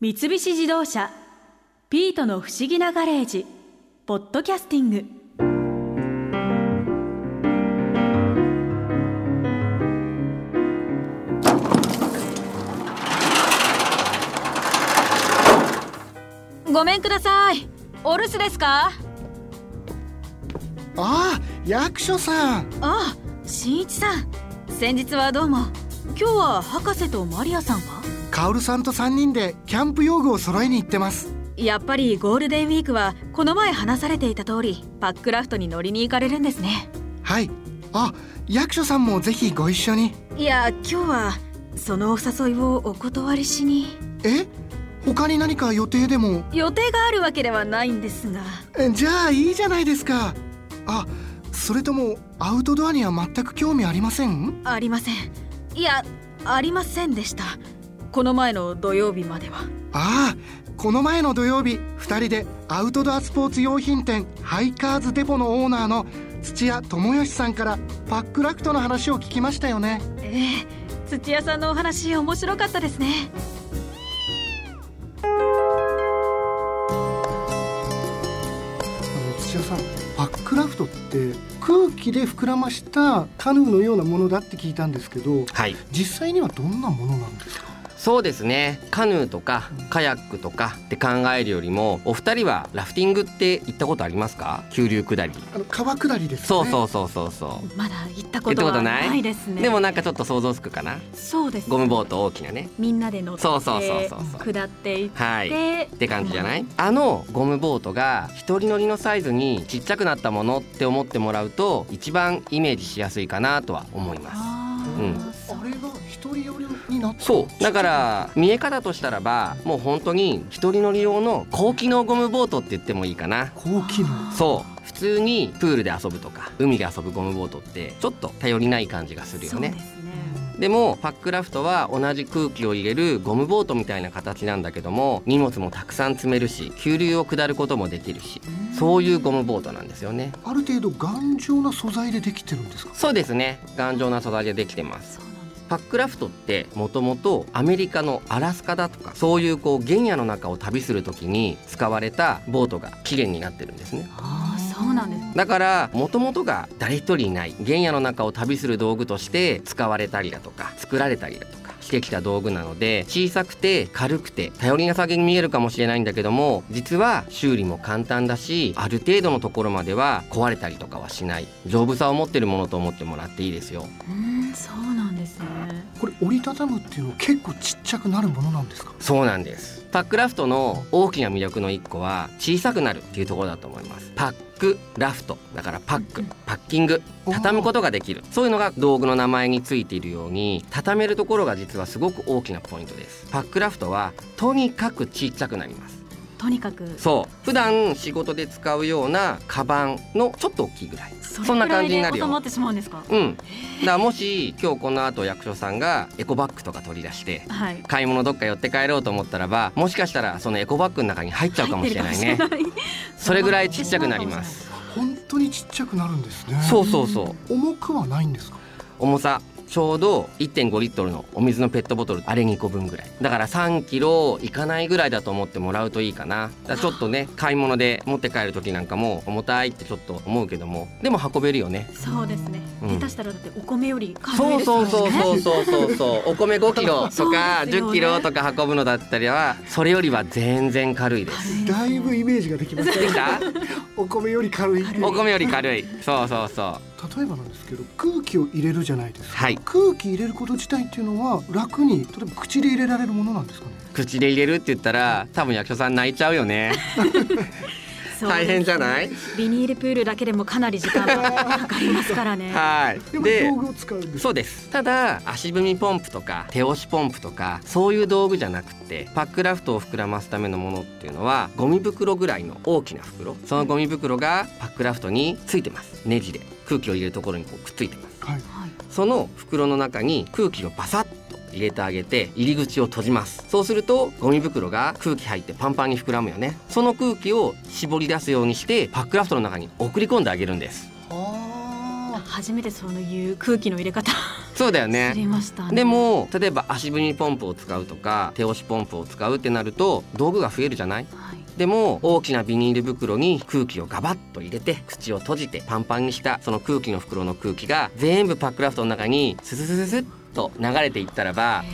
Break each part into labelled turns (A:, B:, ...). A: 三菱自動車「ピートの不思議なガレージ」ポッドキャスティング
B: ごめんくださいお留守ですか
C: ああ役所さん
B: あ新一さん先日はどうも今日は博士とマリアさんは
C: カオルさんと3人でキャンプ用具を揃えに行ってます
B: やっぱりゴールデンウィークはこの前話されていた通りパックラフトに乗りに行かれるんですね
C: はいあ役所さんもぜひご一緒に
B: いや今日はそのお誘いをお断りしに
C: え他に何か予定でも
B: 予定があるわけではないんですが
C: えじゃあいいじゃないですかあそれともアウトドアには全く興味ありません
B: ありませんいやありませんでしたこの前の土曜日までは
C: ああこの前の土曜日2人でアウトドアスポーツ用品店ハイカーズデポのオーナーの土屋智義さんからパックラフトの話を聞きましたよね
B: ええ土屋さんのお話面白かったですね
C: あの土屋さんパックラフトって空気で膨らましたカヌーのようなものだって聞いたんですけど
D: はい、
C: 実際にはどんなものなんですか
D: そうですねカヌーとかカヤックとかって考えるよりもお二人はラフティングって行ったことありますか急流下り
C: あの川下りです
D: そ
C: よ
D: う
C: ね
D: そうそうそうそ
B: まだ行った
D: う行
B: こ
D: っ
B: と
D: たこ
B: は
D: とない
B: ないですね
D: でもなんかちょっと想像つくかな
B: そうですね
D: ゴムボート大きなね
B: みんなで乗って
D: そうそうそうそうそう
B: 下っていって、
D: はいって感じじゃないあのゴムボートが一人乗りのサイズにちっちゃくなったものって思ってもらうと一番イメージしやすいかなとは思います
B: あー
D: うん
C: あれが一人寄りになった
D: そうだから見え方としたらばもう本当に一人乗り用の高機能ゴムボートって言ってもいいかな
C: 高機能
D: そう普通にプールで遊ぶとか海で遊ぶゴムボートってちょっと頼りない感じがするよ
B: そうで
D: ね
B: すね
D: でもパックラフトは同じ空気を入れるゴムボートみたいな形なんだけども荷物もたくさん積めるし急流を下ることもできるしそういうゴムボートなんですよね
C: ある程度頑丈な素材でできてるんですか
D: そうですね頑丈な素材でできてま
B: そ
D: す
B: うなんです
D: パックラフトってもともとアメリカのアラスカだとかそういうこう原野の中を旅する時に使われたボートが起源になってるんですね
B: あーそうなんです
D: だから元々が誰一人いない原野の中を旅する道具として使われたりだとか作られたりだとかしてきた道具なので小さくて軽くて頼りなさげに見えるかもしれないんだけども実は修理も簡単だしある程度のところまでは壊れたりとかはしない丈夫さを持ってるものと思ってもらっていいですよ
B: うーんそうなんですね
C: これ折りたたむっていうのは結構ちっちゃくなるものなんですか
D: そうなんですパックラフトの大きな魅力の一個は小さくなるっていうところだと思いますパックラフトだからパックパッキング畳むことができるそういうのが道具の名前についているように畳めるところが実はすごく大きなポイントですパックラフトはとにかく小さくなります
B: とにかく
D: そう普段仕事で使うようなカバンのちょっと大きいぐらい
B: そ
D: そん
B: れ
D: な
B: くら
D: 感
B: い
D: じにな
B: で
D: るよ
B: 収まってしまうんですか
D: うんだからもし今日この後役所さんがエコバッグとか取り出して
B: はい
D: 買い物どっか寄って帰ろうと思ったらばもしかしたらそのエコバッグの中に入っちゃうかもしれないね
B: 入ってるかもしれない
D: それぐらいちっちゃくなります
C: 本当にちっちゃくなるんですね
D: そうそうそう
C: 重くはないんですか
D: 重さちょうど1.5リットルのお水のペットボトルあれ2個分ぐらいだから3キロいかないぐらいだと思ってもらうといいかなだからちょっとね買い物で持って帰る時なんかも重たいってちょっと思うけどもでも運べるよね
B: そうですね、
D: うん
B: 下手したらだってお米より軽い
D: そう
B: ですから
D: そう
B: ね
D: そうそうそうそう そうお米5キロ
B: そ
D: と
B: う
D: か
B: ですよね
D: 10キロとか運ぶのだったりはそれよりは全然軽いで
B: 軽い
D: す
B: ですね
C: だいぶイメージができまし
D: で きた
C: お米より軽い
B: 軽い
D: お米より軽いそうそうそう
C: 例えばなんですけど空気を入れるじゃないですか、
D: はい
C: 空気入れること自体っていうのは楽に例えば口で入れられるものなんですかね
D: 口で入れるって言ったら多分役所さん泣いちゃうよね
B: そうですね
D: 大変じゃない
B: ビニールプールだけでもかなり時間がかかりますからね
D: はい
C: で
D: で
C: も道具を使うんです
D: そうですただ足踏みポンプとか手押しポンプとかそういう道具じゃなくてパックラフトを膨らますためのものっていうのはゴミ袋ぐらいの大きな袋そのゴミ袋がパックラフトについてますネジで空気を入れるところにこうくっついてます
C: はい
B: はい
D: その袋の中に空気をバサッと入れてあげて入り口を閉じますそうするとゴミ袋が空気入ってパンパンに膨らむよねその空気を絞り出すようにしてパックラフトの中に送り込んであげるんです
C: あ
B: 初めてそのいう空気の入れ方
D: そうだよね
B: 知りましたね
D: でも例えば足踏みポンプを使うとか手押しポンプを使うってなると道具が増えるじゃない
B: はい
D: でも大きなビニール袋に空気をガバッと入れて口を閉じてパンパンにしたその空気の袋の空気が全部パックラフトの中にスススススッと流れていったらば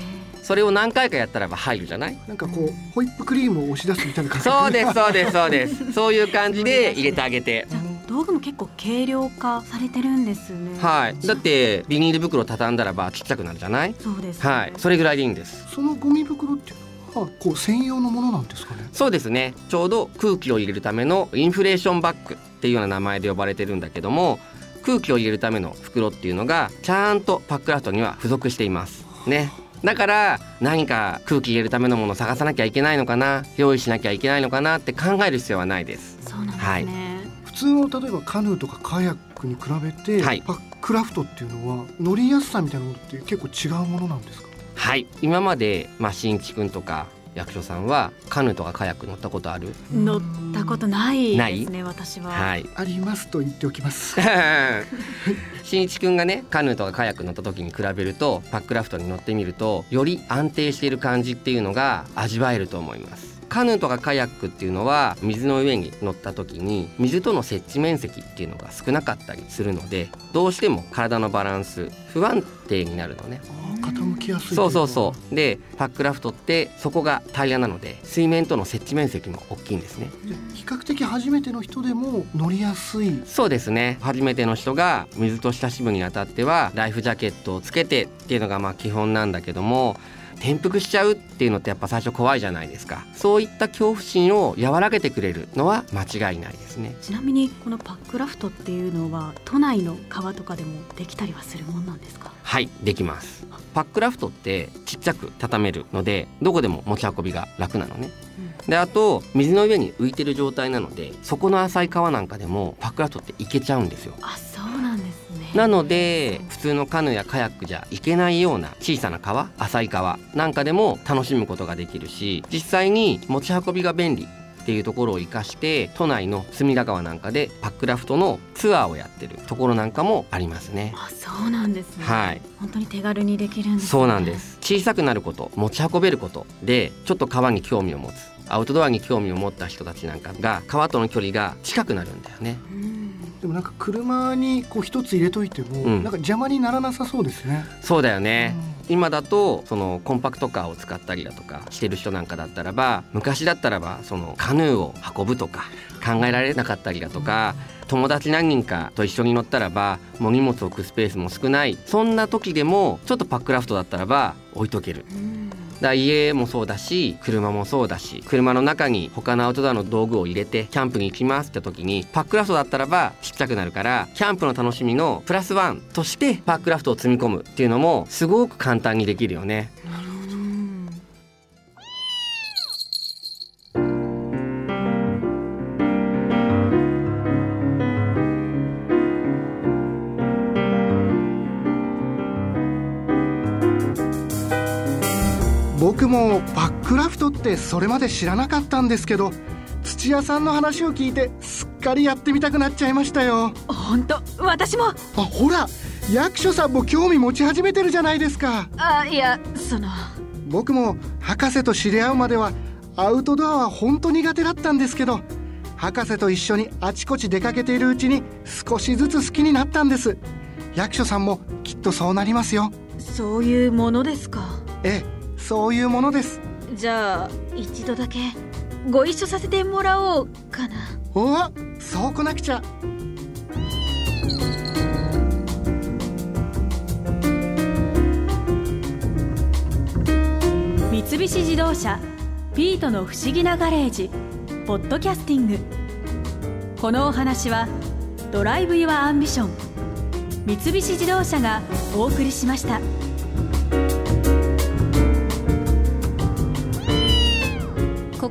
D: それを何回かやったらば入るじゃ ない
E: なんかこうホイップクリームを押し出すみたいな感じ
D: そうですそうですそうですそういう感じで入れてあげて
B: じゃあ道具も結構軽量化されてるんですね
D: はいだってビニール袋畳んだらばちっちゃくなるじゃない
B: そうですね、
D: はいそれぐらいでいいんです
E: そのゴミ袋っていうのはこう専用のものなんですかね
D: そうですねちょうど空気を入れるためのインフレーションバッグっていうような名前で呼ばれてるんだけども空気を入れるための袋っていうのがちゃんとパックラフトには付属していますねだから何か空気入れるためのものを探さなきゃいけないのかな用意しなきゃいけないのかなって考える必要はないです
B: そうなんですね、
E: 普通の例えばカヌーとかカヤックに比べて、
D: はい
E: パックラフトっていうのは乗りやすさみたいなものって結構違うものなんですか
D: はい今までまあ新一くんとか役所さんはカヌーとかカヤック乗ったことある
B: 乗ったことないですね私は、
D: はい
E: ありますと言っておき ます
D: しんいちくんがねカヌーとかカヤック乗った時に比べるとパックラフトに乗ってみるとより安定している感じっていうのが味わえると思いますカヌーとかカヤックっていうのは水の上に乗った時に水との接地面積っていうのが少なかったりするのでどうしても体のバランス不安定になるのね
E: あー傾きやすいとい
D: そうそうそうでパックラフトって底が平らなので水面との接地面積も大きいんですね
E: うじゃあ比較的初めての人でも乗りやすい
D: そうですね初めての人が水と親しむにあたってはライフジャケットをつけてっていうのがまあ基本なんだけども転覆しちゃうっていうのってやっぱ最初怖いじゃないですかそういった恐怖心を和らげてくれるのは間違いないですね
B: ちなみにこのパックラフトっていうのは都内の川とかでもできたりはするもんなんですか
D: はいできますパックラフトってちっちゃく畳めるのでどこでも持ち運びが楽なのね、であと水の上に浮いてる状態なので底の浅い川なんかでもパックラフトっていけちゃうんですよ
B: あそうなんですね
D: なので普通のカヌーやカヤックじゃ行けないような小さな川浅い川なんかでも楽しむことができるし実際に持ち運びが便利っていうところを生かして都内の隅田川なんかでパックラフトのツアーをやってるところなんかもありますね。
B: あそうなんですね、
D: はい、
B: 本当に手軽にできるんです、ね、
D: そうなんです小さくなること持ち運べることでちょっと川に興味を持つアウトドアに興味を持った人たちなんかが川との距離が近くなるんだよね。
B: うん
E: でもなんか車にこう一つ入れといても、
D: うん
E: なんか邪魔にならなさそうですね。
D: そうだよね、今だとそのコンパクトカーを使ったりだとかしてる人なんかだったらば昔だったらばそのカヌーを運ぶとか考えられなかったりだとか友達何人かと一緒に乗ったらばもう荷物を置くスペースも少ないそんな時でもちょっとパックラフトだったらば置いとける。
B: うん
D: だから家もそうだし車もそうだし車の中に他のアウトドアの道具を入れてキャンプに行きますって時にパックラフトだったらばちっちゃくなるからキャンプの楽しみのプラスワンとしてパックラフトを積み込むっていうのもすごく簡単にできるよね。
B: なるほど
C: 僕もバックラフトってそれまで知らなかったんですけど土屋さんの話を聞いてすっかりやってみたくなっちゃいましたよ
B: 本当私も
C: あほら役所さんも興味持ち始めてるじゃないですか
B: あいやその
C: 僕も博士と知り合うまではアウトドアは本当苦手だったんですけど博士と一緒にあちこち出かけているうちに少しずつ好きになったんです役所さんもきっとそうなりますよ
B: そういうものですか
C: ええそういうものです
B: じゃあ一度だけご一緒させてもらおうかな
C: おおそうこなくちゃ
A: 三菱自動車「ピートの不思議なガレージ」ポッドキャスティングこのお話は「ドライブ・ユア・アンビション」三菱自動車がお送りしました。
F: こ